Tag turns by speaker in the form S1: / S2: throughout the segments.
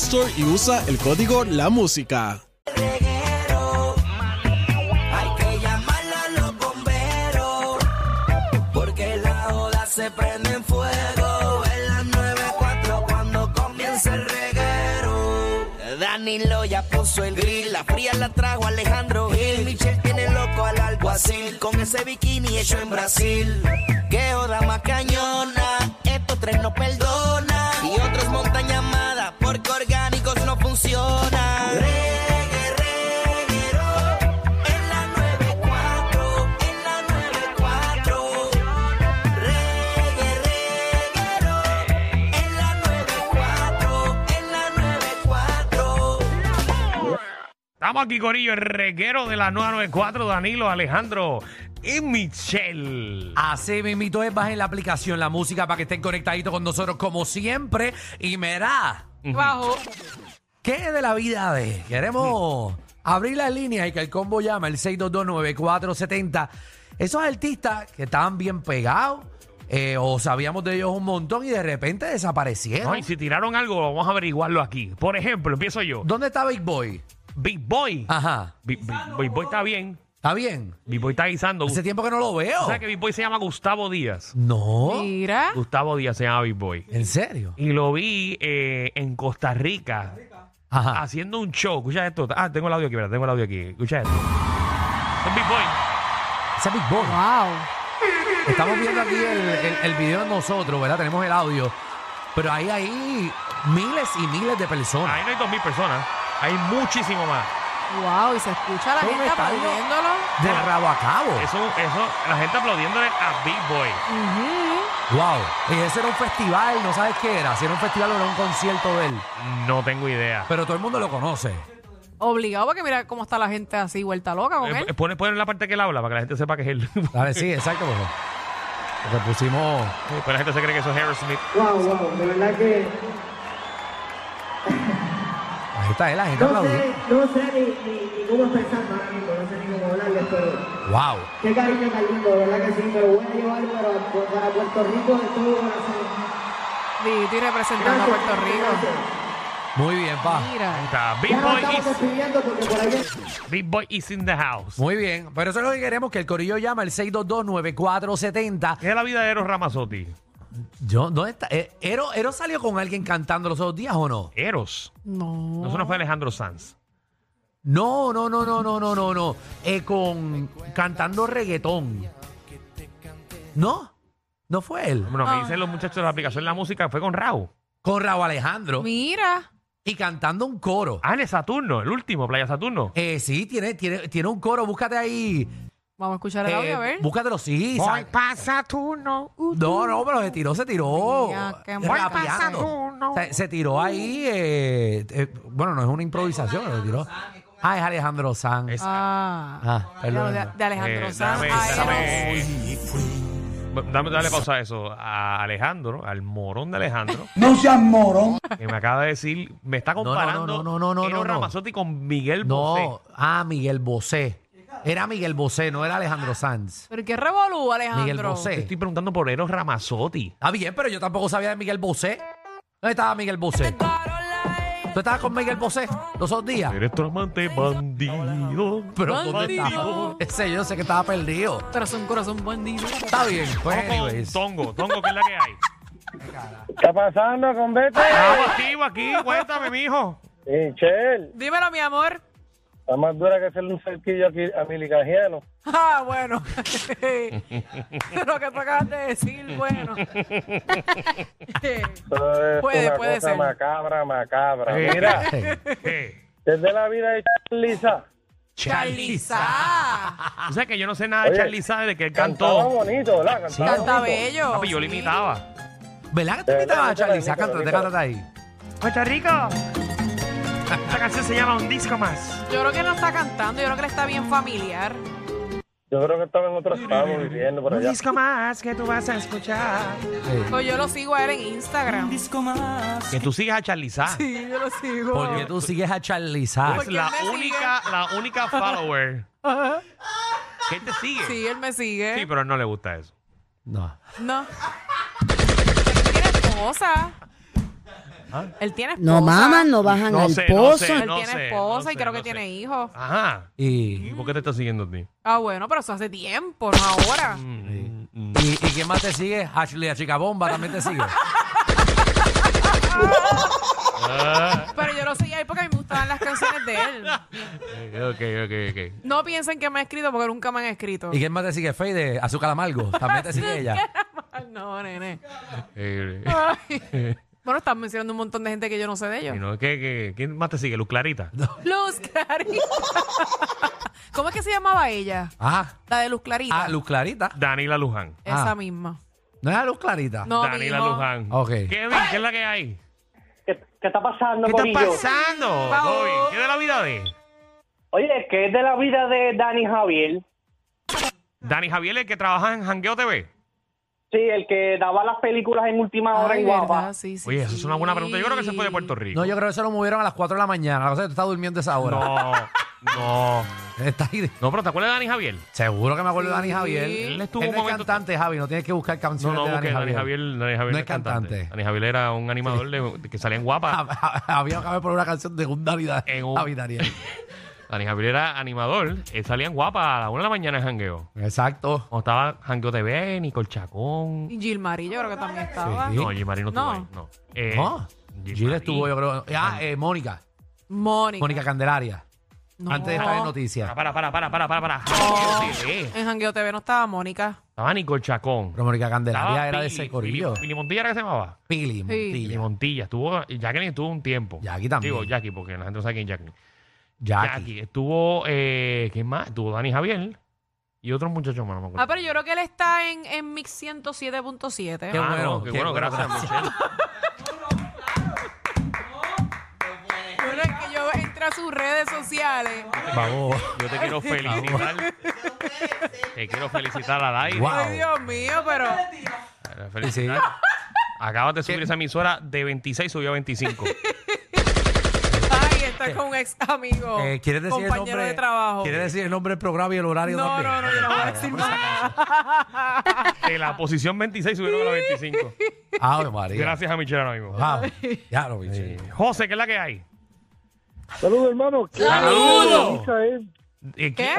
S1: Store y usa el código La Música.
S2: reguero. Hay que llamar a los bomberos. Porque la oda se prende en fuego. En las 94 cuando comienza el reguero. Danilo ya puso el grill. La fría la trajo Alejandro Gil. Michelle tiene loco al alguacil. Con ese bikini hecho en Brasil. Que oda más cañona. Estos tres no perdonan. Y otros montaña amada. Porque orgánicos no funcionan. Reggae, reguero, en la 94, en la 94. Reggae, reguero, en la 94, en la 94.
S3: Estamos aquí, Corillo, el reguero de la 994, Danilo, Alejandro y Michelle.
S4: Así mismito es, bajen la aplicación, la música, para que estén conectaditos con nosotros como siempre. Y mirá,
S5: Bajo.
S4: ¿qué de la vida de? Queremos abrir las líneas y que el combo llama el 6229470. Esos artistas que estaban bien pegados, eh, o sabíamos de ellos un montón y de repente desaparecieron.
S3: No, y si tiraron algo, vamos a averiguarlo aquí. Por ejemplo, empiezo yo.
S4: ¿Dónde está Big Boy?
S3: Big Boy.
S4: Ajá,
S3: Big, Big- Big Boy está bien.
S4: ¿está bien?
S3: Big Boy está guisando.
S4: Hace tiempo que no lo veo.
S3: ¿Tú ¿Sabes que Big Boy se llama Gustavo Díaz?
S4: No,
S5: Mira.
S3: Gustavo Díaz se llama Big Boy.
S4: en serio.
S3: Y lo vi eh, en Costa Rica
S4: Ajá.
S3: haciendo un show. Escucha esto. Ah, tengo el audio aquí, espera, tengo el audio aquí. Escucha esto. Es Big Boy. Ah.
S4: Ese es Big Boy.
S5: Wow.
S4: Estamos viendo aquí el, el- el video de nosotros, ¿verdad? Tenemos el audio. Pero ahí hay miles y miles de personas.
S3: Ahí no hay dos mil personas. Hay muchísimo más.
S5: Wow. Y se escucha a la
S4: Todo un
S5: gente
S4: estadio.
S5: aplaudiéndolo.
S4: De rabo a cabo.
S3: Eso, eso, la gente aplaudiéndole a Big Boy.
S5: Ujú.
S4: Wow. Y ese era un festival, no sabes qué era. Si era un festival o era un concierto de él.
S3: No tengo idea.
S4: Pero todo el mundo lo conoce.
S5: Obligado porque mira cómo está la gente así, vuelta loca con
S3: Eh,
S5: él.
S3: Pon, pon la parte que él habla para que la gente sepa que es él.
S4: Dale, sí, exacto. Porque, porque pusimos.
S3: Pero la gente se cree que eso es Aerosmith.
S6: Wow, wow, de verdad que
S4: Ahí está él, la gente
S6: no
S4: aplaudió.
S6: sé, no sé ni, ni, ni cómo expresarme ahora mismo, no sé ni cómo hablarles, pero
S4: Wow.
S6: qué cariño tan lindo, de verdad que sí, me lo voy a llevar para, para Puerto Rico de todo corazón.
S5: Dito y representando a Puerto Rico.
S4: Muy bien, pa.
S3: Ahí
S5: Mira.
S3: está. Big
S6: Ya nos
S3: Boy,
S6: estamos
S3: is,
S6: despidiendo porque por ahí...
S3: Big Boy is in the house.
S4: Muy bien. Pero eso es lo que queremos, que el corillo llama el 6229470.
S3: ¿Qué es la vida de Eros Ramazzotti?
S4: Yo, ¿dónde está? Eh, ¿Ero, ¿Ero salió con alguien cantando los otros días o no?
S3: Eros.
S5: No.
S3: No, eso no fue Alejandro Sanz.
S4: No, no, no, no, no, no, no, no. Eh, con cantando reggaetón. ¿No? ¿No fue él?
S3: Bueno,
S5: Ah.
S3: me dicen los muchachos de la aplicación La Música, fue con Raúl.
S4: Con Raúl Alejandro
S5: Mira.
S4: y cantando un coro.
S3: Ah, en el Saturno, el último, Playa Saturno.
S4: Eh, sí, tiene, tiene, tiene un coro. Búscate ahí.
S5: Vamos a escuchar el audio, a ver.
S4: Eh, búscatelo, sí.
S3: Voy
S4: sa-
S3: pa' Saturno.
S4: No, no, pero se tiró, se tiró. Eh,
S5: Mira, qué
S3: Voy pa'
S4: Rapeando.
S3: Saturno.
S4: Se, se tiró ahí. eh, eh, bueno, no es una improvisación, lo tiró. Ah, es Alejandro Sanz.
S3: Es-
S5: Ah.
S4: Ah,
S5: Lo
S4: perdón.
S5: de, de Alejandro
S3: Eh,
S5: Sanz.
S3: dame,
S5: a Eros.
S3: dame. Bueno, dame- dale pausa a eso. A Alejandro, al morón de Alejandro.
S7: No seas morón.
S3: que me acaba de decir, me está
S4: no, no,
S3: comparando
S4: no, no, no,
S3: Eros
S4: no, no.
S3: Ramazzotti con Miguel Bosé.
S4: No, ah, Miguel Bosé. Era Miguel Bosé, no era Alejandro Sanz.
S5: Pero qué revolú, Alejandro.
S4: Miguel Bosé.
S3: Te estoy preguntando por Eros Ramazzotti.
S4: Ah, bien, pero yo tampoco sabía de Miguel Bosé. ¿Dónde estaba Miguel Bosé? ¿Tú estabas con Miguel Bosé los otros días?
S3: Eres tu amante bandido.
S4: Pero ¿dónde estaba?
S5: Bandido.
S4: Ese yo sé que estaba perdido.
S5: Corazón, corazón bandido.
S4: Está bien, pues
S3: Vamos con
S4: anyways.
S3: Tongo, Tongo, que es la que hay.
S7: ¿Qué pasando con Beto?
S5: Ah.
S3: Estamos activos aquí, cuéntame, mijo.
S7: Michelle,
S5: Dímelo, mi amor.
S7: está más dura que hacerle un cerquillo aquí a Milicajiano.
S5: Ah, bueno. Lo que tú acabas de decir, bueno. Eh,
S7: Todo es
S5: Puede-
S7: una
S5: puede
S7: cosa
S5: ser.
S7: macabra, macabra.
S3: Sí.
S7: Mira,
S3: Eh,
S7: desde la vida de Lisa.
S5: Charliza.
S3: o sea que yo no sé nada de
S7: Oye,
S3: Charlie Sá desde que él
S7: Cantaba
S3: cantó.
S7: bonito, ¿verdad? Cantaba
S5: Canta
S7: bonito.
S5: bello.
S3: Papi, yo lo
S5: sí.
S3: imitaba.
S4: ¿Verdad que tú invitabas a Charlie?
S7: Nicolás,
S4: Sácate,
S7: Nicolás.
S4: cántate ahí.
S3: Puerto Rico. Esta canción se llama Un Disco Más.
S5: Yo creo que no está cantando, yo creo que le está bien familiar.
S7: Yo creo que estaba en otro estado viviendo por
S3: Un
S7: allá.
S3: disco más que tú vas a escuchar.
S5: Pues yo lo sigo a él en Instagram.
S3: Que tú sigas a Charlie Sá.
S5: Sí, yo lo sigo.
S4: Porque tú sigues a Charlie Sá.
S3: Es
S5: Porque
S3: la
S5: él me sigue.
S3: única, la única follower que él te sigue.
S5: Sí, él me sigue.
S3: Sí, pero a él no le gusta eso.
S4: No.
S5: No. Él tiene esposa. Él tiene esposa.
S8: No maman, no bajan
S3: No
S8: al
S3: sé, ¿Ah? no
S8: pozo.
S3: sé.
S5: Él tiene
S3: sé,
S5: esposa
S3: no
S5: y
S3: sé,
S5: creo que
S3: no
S5: tiene
S3: sé.
S5: hijos.
S3: Ajá.
S4: Y,
S3: ¿Y por qué te está siguiendo a ti?
S5: Ah, bueno, pero eso hace tiempo, no ahora.
S3: Mm.
S4: ¿Y, y quién más te sigue? Ashley, la chica bomba también te sigue.
S5: Pero yo lo seguía ahí porque a mí me gustaban las canciones de él.
S3: ok, Eh, ok, ok.
S5: No piensen que me ha escrito porque nunca me han escrito.
S4: ¿Y quién más te sigue? Fey de Azúcar Amargo. También te sigue ella.
S5: No, nene.
S3: Eh,
S5: Ay. Bueno, estás mencionando un montón de gente que yo no sé de ellos.
S3: y no, ¿qué, qué, ¿Quién más te sigue? ¿Luz Clarita?
S5: Luz Clarita. ¿Cómo es que se llamaba ella?
S4: Ah,
S5: La de Luz Clarita.
S4: ah, Luz Clarita.
S3: Danila Luján.
S5: Esa
S4: ah.
S5: misma.
S4: ¿No es a Luz Clarita?
S5: No,
S3: Danila
S5: mijo.
S3: Luján.
S4: Ok.
S3: Kevin, ¿qué es la que hay?
S9: ¿Qué, qué está pasando,
S3: ¿Qué está
S9: Corillo?
S3: pasando? Bobby? ¿Qué de la vida de?
S9: Oye, ¿qué es de la vida de Dani Javier?
S3: Dani Javier, el que trabaja en Jangueo TV.
S9: Sí, el que daba las películas en última hora
S5: Ay,
S9: en Guapa.
S5: verdad, sí, sí,
S3: Oye, eso es una buena pregunta. Yo creo que se fue de Puerto Rico.
S4: No, yo creo que eso lo movieron a las 4 de la mañana. La cosa es que tú estás durmiendo a esa hora.
S3: No, no.
S4: Está ahí.
S3: No, pero ¿te acuerdas de Dani Javier?
S4: Seguro que me acuerdo de Dani
S5: Sí.
S4: Javier.
S5: Él
S3: estuvo
S4: Él
S3: un
S4: no es
S3: momento-
S4: cantante, Javi. No tienes que buscar
S3: No,
S4: canciones
S3: no,
S4: de Dani
S3: porque Dani
S4: Javier.
S3: Javier, Dani Javier
S4: No es cantante. Ah.
S3: Dani Javier era un animador de- que salía en guapa.
S4: Había acabado por una canción de un Dani
S3: En un-
S4: Javi Daniel.
S3: Dani Javier era animador. Él salía en guapa a la una de la mañana en Jangueo.
S4: Exacto.
S3: Cuando estaba Jangueo TV, Nicole Chacón.
S5: Y Gilmari, yo creo que también estaba.
S4: Sí.
S3: No, Gilmarín no estuvo
S5: No.
S3: ahí. No. Eh,
S4: No.
S3: Gilmarín.
S4: Gilles estuvo, yo creo. Ah, eh, Mónica.
S5: Mónica.
S4: Mónica Candelaria.
S5: No.
S4: Antes de estar en
S3: Para,
S4: noticias.
S3: para, para, para, para, para. para.
S4: Oh.
S3: Sí,
S5: En Jangueo TV no estaba Mónica.
S3: Estaba Nicole Chacón.
S4: Pero Mónica Candelaria era de
S3: Pili-
S4: ese corillo.
S3: Pili, Pili Montilla era que se llamaba. Pili
S4: Pili, Montilla.
S3: Montilla. Estuvo, Jacqueline estuvo un tiempo.
S4: Jackie también.
S3: Digo, Jackie, porque la gente no sabe quién es Jacqueline. Ah,
S4: Jackie.
S3: Jackie. Estuvo, eh, ¿quién más? Estuvo Dani Javier y otro muchacho más, no me acuerdo.
S5: Ah, pero yo creo que él está en, en Mix 107.7.
S4: Qué
S3: Ah,
S4: bueno,
S3: no, qué, bueno, gracias, Michelle.
S5: Bueno, es que yo entré a sus redes sociales.
S4: Vamos.
S3: Yo te quiero felicitar. te quiero felicitar al aire.
S4: Guau.
S5: Ay, Dios mío, pero.
S3: Eh, Felicitar. Acabas de subir esa emisora de 26, subió a 25.
S5: Ay, está con un ex amigo.
S4: Eh, ¿Quieres decir el
S5: compañero
S4: nombre?
S5: de trabajo.
S4: ¿Quieres decir el nombre del programa y el horario
S5: No,
S4: también? Ah,
S5: no, no, yo no voy a decir nada.
S3: De la posición 26 subieron a la 25.
S4: Ave María.
S3: Gracias a Michelle ahora mismo.
S4: Vamos. Ya lo vi.
S3: José, ¿qué es la que hay?
S7: Saludos, hermano. ¿Qué es la vida de Lisa M?
S3: Eh,
S5: ¿Qué?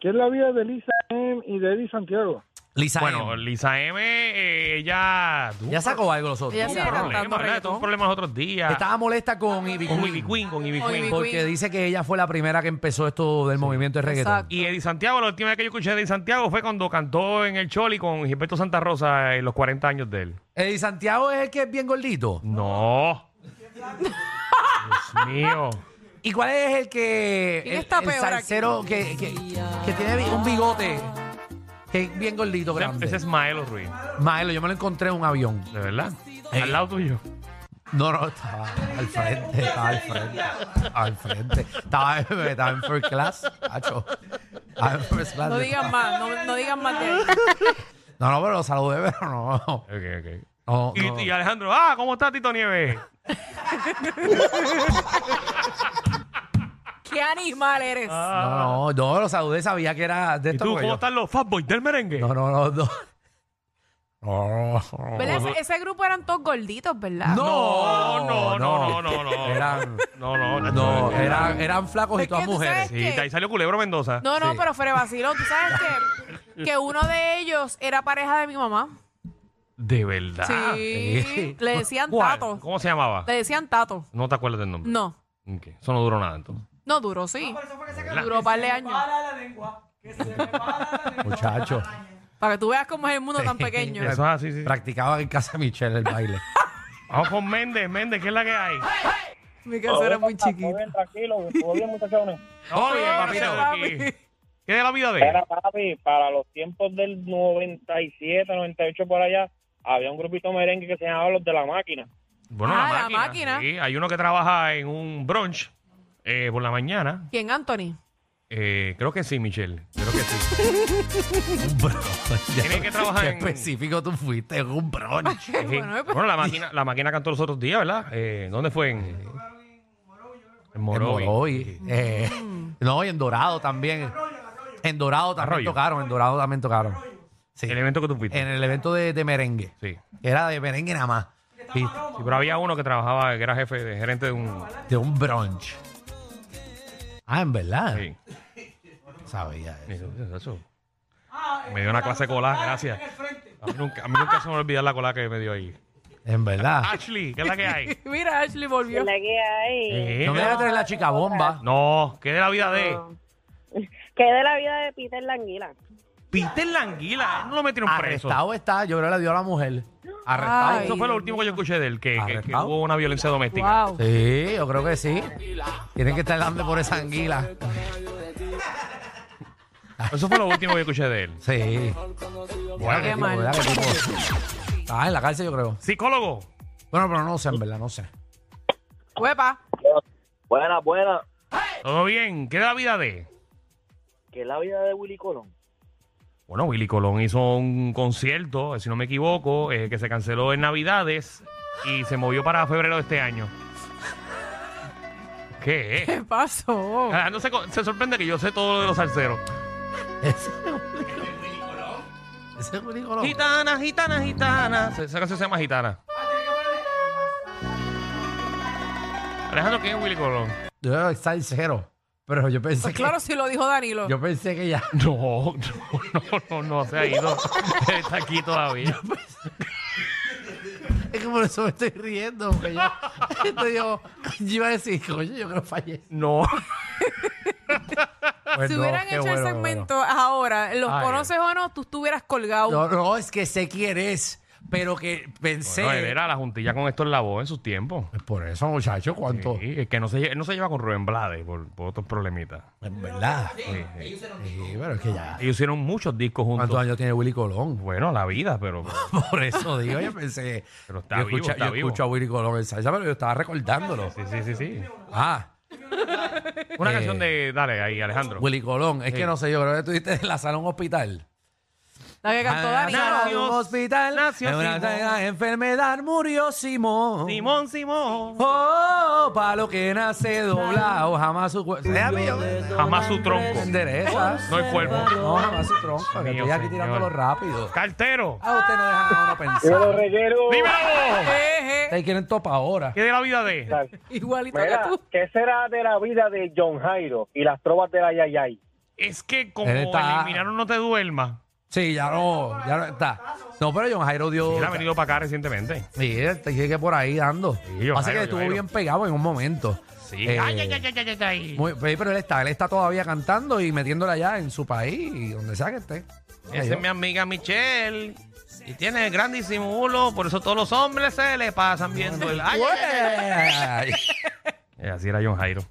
S7: ¿Qué es la vida de Lisa M y de Eddie Santiago?
S4: Lisa
S3: Bueno,
S4: M.
S3: Lisa M, eh, ella tuvo
S4: Ya
S3: un
S4: sacó algo los otros.
S5: Ella sigue
S3: problema,
S5: cantando
S3: ¿verdad? Tuvo
S5: reggaetón.
S3: problemas otros días.
S4: Estaba molesta con Ivy
S3: Con
S4: Queen,
S3: Ivy Queen, con Ivy
S5: Con
S3: Queen.
S5: Ivy
S4: Porque
S5: Queen.
S4: dice que ella fue la primera que empezó esto del movimiento de reggaetón.
S5: Exacto.
S3: Y Eddie Santiago, la última vez que yo escuché a Eddie Santiago fue cuando cantó en el Choli con Gilberto Santa Rosa en los 40 años de él.
S4: Eddie Eh, Santiago es el que es bien gordito.
S3: No. Dios mío.
S4: ¿Y cuál es el que.
S5: ¿Quién
S4: el-
S5: está
S4: el
S5: peor aquí?
S4: salsero que, que, que tiene bi- un bigote. Que es bien gordito, grande.
S3: Ese es Maelo Ruiz,
S4: Maelo, yo me lo encontré en un avión.
S3: de verdad. Al lado tuyo.
S4: No, no, estaba al frente, estaba al frente, estaba al frente. Estaba, estaba en first class, hacho. Estaba en first class.
S5: No digan más, no, no digan más de ahí.
S4: No, no, pero lo saludé, pero no.
S3: Ok, ok.
S4: no,
S3: Y,
S4: no.
S3: y Alejandro, ah, ¿cómo está Tito Nieves?
S5: ¿Qué animal eres?
S4: No, no, no, lo saludé, sabía que era de
S3: Ah. ¿Y
S4: esto.
S3: tú
S4: porque
S3: cómo
S4: yo-
S3: están los Fatboys del merengue?
S4: No, no, no, no. No,
S5: ¿Verdad? Ese, ese grupo eran todos gorditos, ¿verdad?
S4: no,
S3: Oh, no, no, no, no, no.
S4: Eran,
S3: No, no, no.
S4: no, eh. eran, eran flacos y
S5: Es que
S4: todas
S5: tú
S4: mujeres.
S5: sabes-
S3: Sí, de ahí salió Culebro Mendoza.
S5: No, no,
S4: Sí.
S5: pero fuera vacilón. ¿Tú sabes que, que uno de ellos era pareja de mi mamá?
S3: De verdad.
S4: sí.
S5: Sí. Le decían
S3: Ah, ¿Cuál?
S5: Tato.
S3: ¿Cómo se llamaba?
S5: Le decían Tato.
S3: No te acuerdas del nombre.
S5: No.
S3: Ok. Eso no duró nada entonces.
S5: No, duró, sí. Duró par de años.
S4: Muchacho.
S5: Para que tú veas cómo es el mundo tan pequeño.
S3: Eso es así, sí.
S4: Practicaban en casa de Michelle el baile.
S3: Vamos con Méndez, Méndez, ¿qué es la que hay?
S5: Mi casa era muy chiquito.
S7: bien, tranquilo, todo bien, muchachones.
S3: Oye, papito, aquí. ¿Qué de la vida de él?
S7: Era papi, para los tiempos del 97, 98 por allá, había un grupito merengue que se llamaba Los de la Máquina.
S3: Bueno,
S5: Ah, la máquina.
S3: sí. hay uno que trabaja en un brunch eh, por la mañana.
S5: ¿Quién, Anthony?
S3: Eh, creo que sí, Michelle. Creo que sí.
S4: Un bro.
S3: Tiene que trabajar
S4: Qué
S3: en-
S4: específico tú fuiste, en un brunch.
S3: Sí.
S5: Bueno, pues.
S3: Bueno, la máquina, la máquina cantó los otros días, ¿verdad? Eh, ¿Dónde fue? En en
S4: En
S3: Morovi.
S4: Morovi. eh,
S5: Mm.
S4: no, y en Dorado también. En Dorado también
S3: Arroyo.
S4: tocaron, en Dorado también tocaron. Sí.
S3: El evento que tú fuiste.
S4: En el evento de, de merengue.
S3: Sí.
S4: Era de merengue nada más. Y-
S3: Sí, pero había uno que trabajaba, que era jefe, de, gerente de un...
S4: De un brunch. Ah, en verdad.
S3: Sí.
S4: Sabía eso.
S3: Eso, eso. Me dio una clase de cola, gracias. A mí, nunca, a mí nunca se me va a olvidar la cola que me dio ahí.
S4: En verdad.
S3: Ashley, ¿qué es la que hay?
S5: Mira, Ashley volvió.
S8: La que hay.
S3: Eh,
S4: No me voy a traer la chica bomba.
S3: No, ¿qué de la vida de?
S8: ¿Qué de la vida de Peter Languila?
S3: Peter Languila, no lo metieron preso.
S4: Arrestado está, yo creo que la dio a la mujer. Arrestado.
S5: Ay.
S3: Eso fue lo último que yo escuché de él, que, que- que
S4: Arrestado.
S3: hubo una violencia doméstica.
S5: Wow.
S4: Sí, yo creo que sí. Tienen que estar dando por esa anguila.
S3: Eso fue lo último que yo escuché de él.
S4: Sí. Mira
S5: Qué
S4: tipo,
S5: mal.
S4: mira qué tipo. Estaba en la cárcel, yo creo.
S3: Psicólogo.
S4: Bueno, pero no sé, en verdad, no sé.
S5: Huepa.
S9: Buena, buena.
S3: ¿Todo bien? ¿Qué de la vida de?
S9: ¿Qué es la vida de Willy Colón?
S3: Bueno, Willy Colón hizo un concierto, eh, si no me equivoco, eh, que se canceló en Navidades y se movió para febrero de este año. ¿Qué es?
S5: ¿Qué pasó?
S3: Ah, no se, co- se sorprende que yo sé todo lo de los salseros.
S4: Ese es Willy Colón. Ese es Willy Colón.
S3: Gitana, gitana, gitana. Se- Esa canción se llama Gitana. Alejandro, ¿quién es Willy Colón?
S4: Yo creo que está el cero. Pero yo pensé
S5: Pues
S4: que.
S5: claro, si lo dijo Danilo.
S4: Yo pensé que ya.
S3: No, no, no, no, no se ha ido. Está aquí todavía.
S4: Es que por eso me estoy riendo. Porque yo. te digo, yo iba a decir, coño, yo creo que fallé.
S3: No.
S4: Pues
S5: si
S4: no,
S5: hubieran
S4: qué bueno,
S5: hecho el
S4: qué bueno.
S5: segmento ahora, los
S3: Ay.
S5: conoces o no, tú estuvieras colgado.
S4: No, no, es que sé quién es, pero que pensé.
S3: Bueno, él era la juntilla con Héctor Lavoe en sus tiempos.
S4: Pues por eso, muchacho, cuánto.
S3: Sí, es que no se, lle- él no se lleva con Rubén Blades por, por otros problemitas.
S4: En verdad. Sí,
S3: Sí, sí.
S4: pero es que ya.
S3: Ellos hicieron muchos discos
S4: ¿Cuántos
S3: juntos.
S4: años tiene Willy Colón?
S3: Bueno, la vida, pero... pero-
S4: Por eso digo, yo pensé.
S3: Pero está
S4: yo
S3: vivo,
S4: escucha-
S3: está
S4: yo
S3: vivo.
S4: escucho a Willy Colón en salsa, pero yo estaba recordándolo.
S3: Sí, sí, sí, sí.
S4: Ah,
S3: Una
S4: Eh,
S3: canción de... Dale, ahí, Alejandro.
S4: Willy Colón. Es que no sé, yo creo que tú estuviste en la sala de un hospital.
S5: La que cantó
S4: Ah, sala de
S5: Danilo.
S4: un hospital.
S3: nació
S4: en una
S3: Simón.
S4: gran enfermedad murió Simón.
S3: Simón, Simón.
S4: Oh, palo que nace doblado, jamás su cuerpo.
S3: Jamás su tronco.
S4: Endereza.
S3: No hay cuerpo.
S4: No, jamás su tronco. Que
S3: Mío,
S4: estoy aquí
S3: señor.
S4: tirándolo rápido.
S3: Cartero.
S4: Ah, usted no dejan a uno
S7: Los
S4: pensar.
S7: regueros.
S3: ¡Dímelo!
S5: Eje.
S4: Ustedes quieren topa ahora.
S3: ¿Qué de la vida de?
S5: Igualito
S7: Mira,
S5: que tú.
S7: ¿qué será de la vida de John Jairo y las trovas de la Yayay?
S3: Es que como
S4: Él está-
S3: eliminaron No Te Duermas,
S4: Sí, ya no, ya no está. No, pero John Jairo dio.
S3: él ha venido para acá recientemente.
S4: Sí, él te sigue por ahí dando.
S3: John
S4: Pasa
S3: Jairo,
S4: que estuvo
S3: John Jairo.
S4: bien pegado en un momento.
S3: Sí.
S4: Eh,
S3: Ay, ay, ay, ay, ay, ay.
S4: muy- pero él está, él está todavía cantando y metiéndola allá en su país y donde sea que esté.
S3: Esa es mi amiga Michelle. Y tiene el gran disimulo, por eso todos los hombres se le pasan viendo el... Ay, ay, ay,
S4: Ay.
S3: ay. Eh, Así era John Jairo.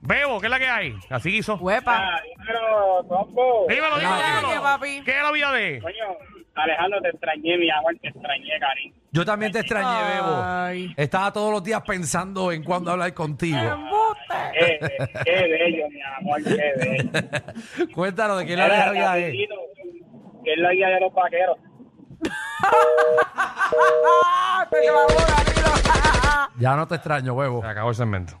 S3: Bebo, ¿qué es la que hay? Así hizo.
S5: Huepa.
S7: Pero, Ah, Tombo,
S3: Ah, Dímelo, dímelo,
S5: Claro.
S3: dímelo.
S5: papi.
S3: ¿Qué es la vida de?
S7: coño, Alejandro, te extrañé, mi agua, te extrañé, cariño.
S4: Yo también te extrañé, Bebo.
S5: Ay.
S4: Estaba todos los días pensando en cuándo hablar contigo.
S5: Embuste.
S7: Qué, be- qué bello, mi amor, qué bello.
S4: Cuéntanos de qué
S7: Mira,
S4: la vida es.
S7: rapidito,
S3: eh.
S7: ¿Qué es la guía de los vaqueros?
S5: Ah, te clavó, Danilo.
S4: Ya no te extraño, Bebo.
S3: Se acabó el segmento.